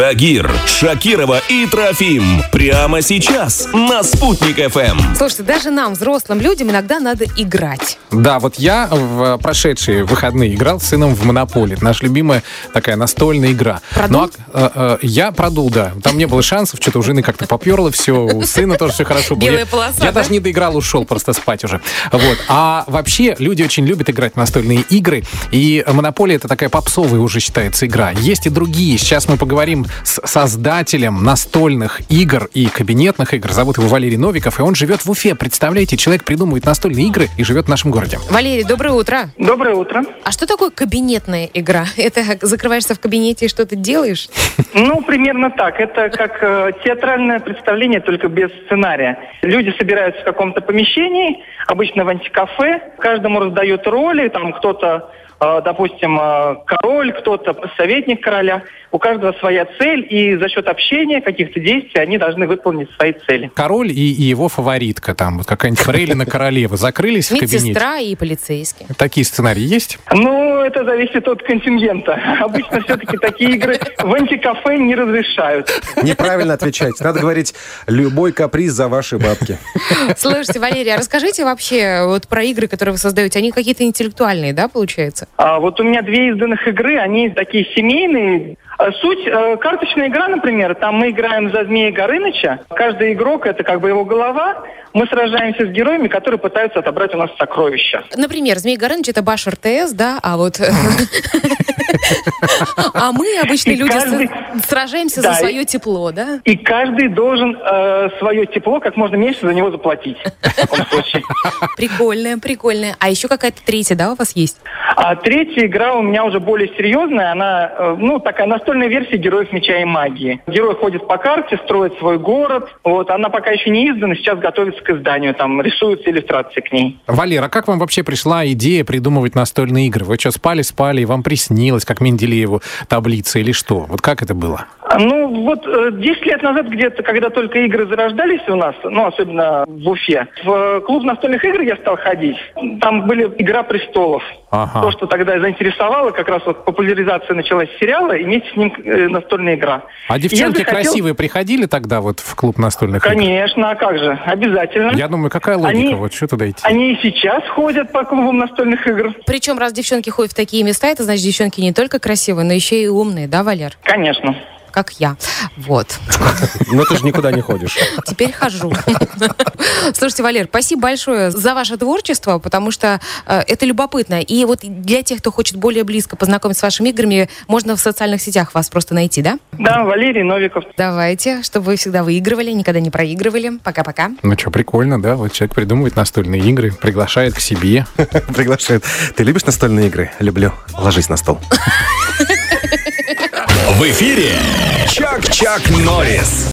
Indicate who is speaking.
Speaker 1: Тагир, Шакирова и Трофим. Прямо сейчас на Спутник ФМ.
Speaker 2: Слушайте, даже нам, взрослым людям, иногда надо играть.
Speaker 3: Да, вот я в прошедшие выходные играл с сыном в Монополи. Это Наша любимая такая настольная игра.
Speaker 2: Продул?
Speaker 3: Ну, а, э, э, я продул, да. Там не было шансов, что-то у жены как-то поперло все, у сына тоже все хорошо было.
Speaker 2: Белая
Speaker 3: Я-
Speaker 2: полоса,
Speaker 3: Я
Speaker 2: да?
Speaker 3: даже не доиграл, ушел просто спать уже. Вот. А вообще люди очень любят играть в настольные игры, и Монополия это такая попсовая уже считается игра. Есть и другие. Сейчас мы поговорим с создателем настольных игр и кабинетных игр. Зовут его Валерий Новиков, и он живет в Уфе. Представляете, человек придумывает настольные игры и живет в нашем городе.
Speaker 2: Валерий, доброе утро.
Speaker 4: Доброе утро.
Speaker 2: А что такое кабинетная игра? Это закрываешься в кабинете и что-то делаешь?
Speaker 4: Ну, примерно так. Это как э, театральное представление, только без сценария. Люди собираются в каком-то помещении, обычно в антикафе. Каждому раздают роли. Там кто-то, э, допустим, э, король, кто-то советник короля. У каждого своя цель, и за счет общения, каких-то действий они должны выполнить свои цели.
Speaker 3: Король и, и его фаворитка, там вот какая-нибудь фрейлина королева, закрылись в кабинете.
Speaker 2: Медсестра и полицейский.
Speaker 3: Такие сценарии есть?
Speaker 4: Ну, это зависит от контингента. Обычно все-таки такие игры в антикафе не разрешают.
Speaker 5: Неправильно отвечать. Надо говорить любой каприз за ваши бабки.
Speaker 2: Слушайте, Валерий, а расскажите вообще вот про игры, которые вы создаете. Они какие-то интеллектуальные, да, получается?
Speaker 4: А, вот у меня две изданных игры, они такие семейные. А, Суть э, карточная игра, например, там мы играем за змея Горыныча. Каждый игрок это как бы его голова. Мы сражаемся с героями, которые пытаются отобрать у нас сокровища.
Speaker 2: Например, Змей Горыныч это Баш РТС, да, а вот... А мы, обычные
Speaker 4: И
Speaker 2: люди,
Speaker 4: каждый-
Speaker 2: с- сражаемся за
Speaker 4: Да, и-
Speaker 2: свое тепло, да?
Speaker 4: И каждый должен э, свое тепло как можно меньше за него заплатить. В таком случае.
Speaker 2: Прикольная, прикольная. А еще какая-то третья, да, у вас есть?
Speaker 4: А третья игра у меня уже более серьезная. Она, э, ну, такая настольная версия героев меча и магии. Герой ходит по карте, строит свой город. Вот, она пока еще не издана, сейчас готовится к изданию. Там рисуются иллюстрации к ней.
Speaker 3: Валер, а как вам вообще пришла идея придумывать настольные игры? Вы что, спали-спали, и вам приснилось, как Менделееву таблица или что? Вот как это было?
Speaker 4: А, Ну, вот э, 10 лет назад где-то, когда только игры зарождались у нас, ну, особенно в Уфе, в э, клуб настольных игр я стал ходить. Там были «Игра престолов».
Speaker 3: Ага.
Speaker 4: То, что тогда заинтересовало, как раз вот популяризация началась сериала, и вместе с ним э, настольная игра.
Speaker 3: А
Speaker 4: И я
Speaker 3: девчонки
Speaker 4: захотел-
Speaker 3: красивые приходили тогда вот в клуб настольных игр?
Speaker 4: Конечно, а как же, обязательно.
Speaker 3: Я думаю, какая логика?
Speaker 4: Они-
Speaker 3: Вот что туда идти?
Speaker 4: Они и сейчас ходят по клубам настольных игр.
Speaker 2: Причем, раз девчонки ходят в такие места, это значит, девчонки не только красивые, но еще и умные, да, Валер?
Speaker 4: Конечно.
Speaker 2: Как я. Вот.
Speaker 5: Но ты же никуда не ходишь.
Speaker 2: Теперь хожу. Слушайте, Валер, спасибо большое за ваше творчество, потому что э, это любопытно. И вот для тех, кто хочет более близко познакомиться с вашими играми, можно в социальных сетях вас просто найти, да?
Speaker 4: Да, Валерий Новиков.
Speaker 2: Давайте, чтобы вы всегда выигрывали, никогда не проигрывали. Пока-пока.
Speaker 3: Ну что, прикольно, да? Вот человек придумывает настольные игры, приглашает к себе.
Speaker 5: Приглашают. Ты любишь настольные игры? Люблю. Ложись на стол.
Speaker 1: В эфире Чак-Чак Норрис.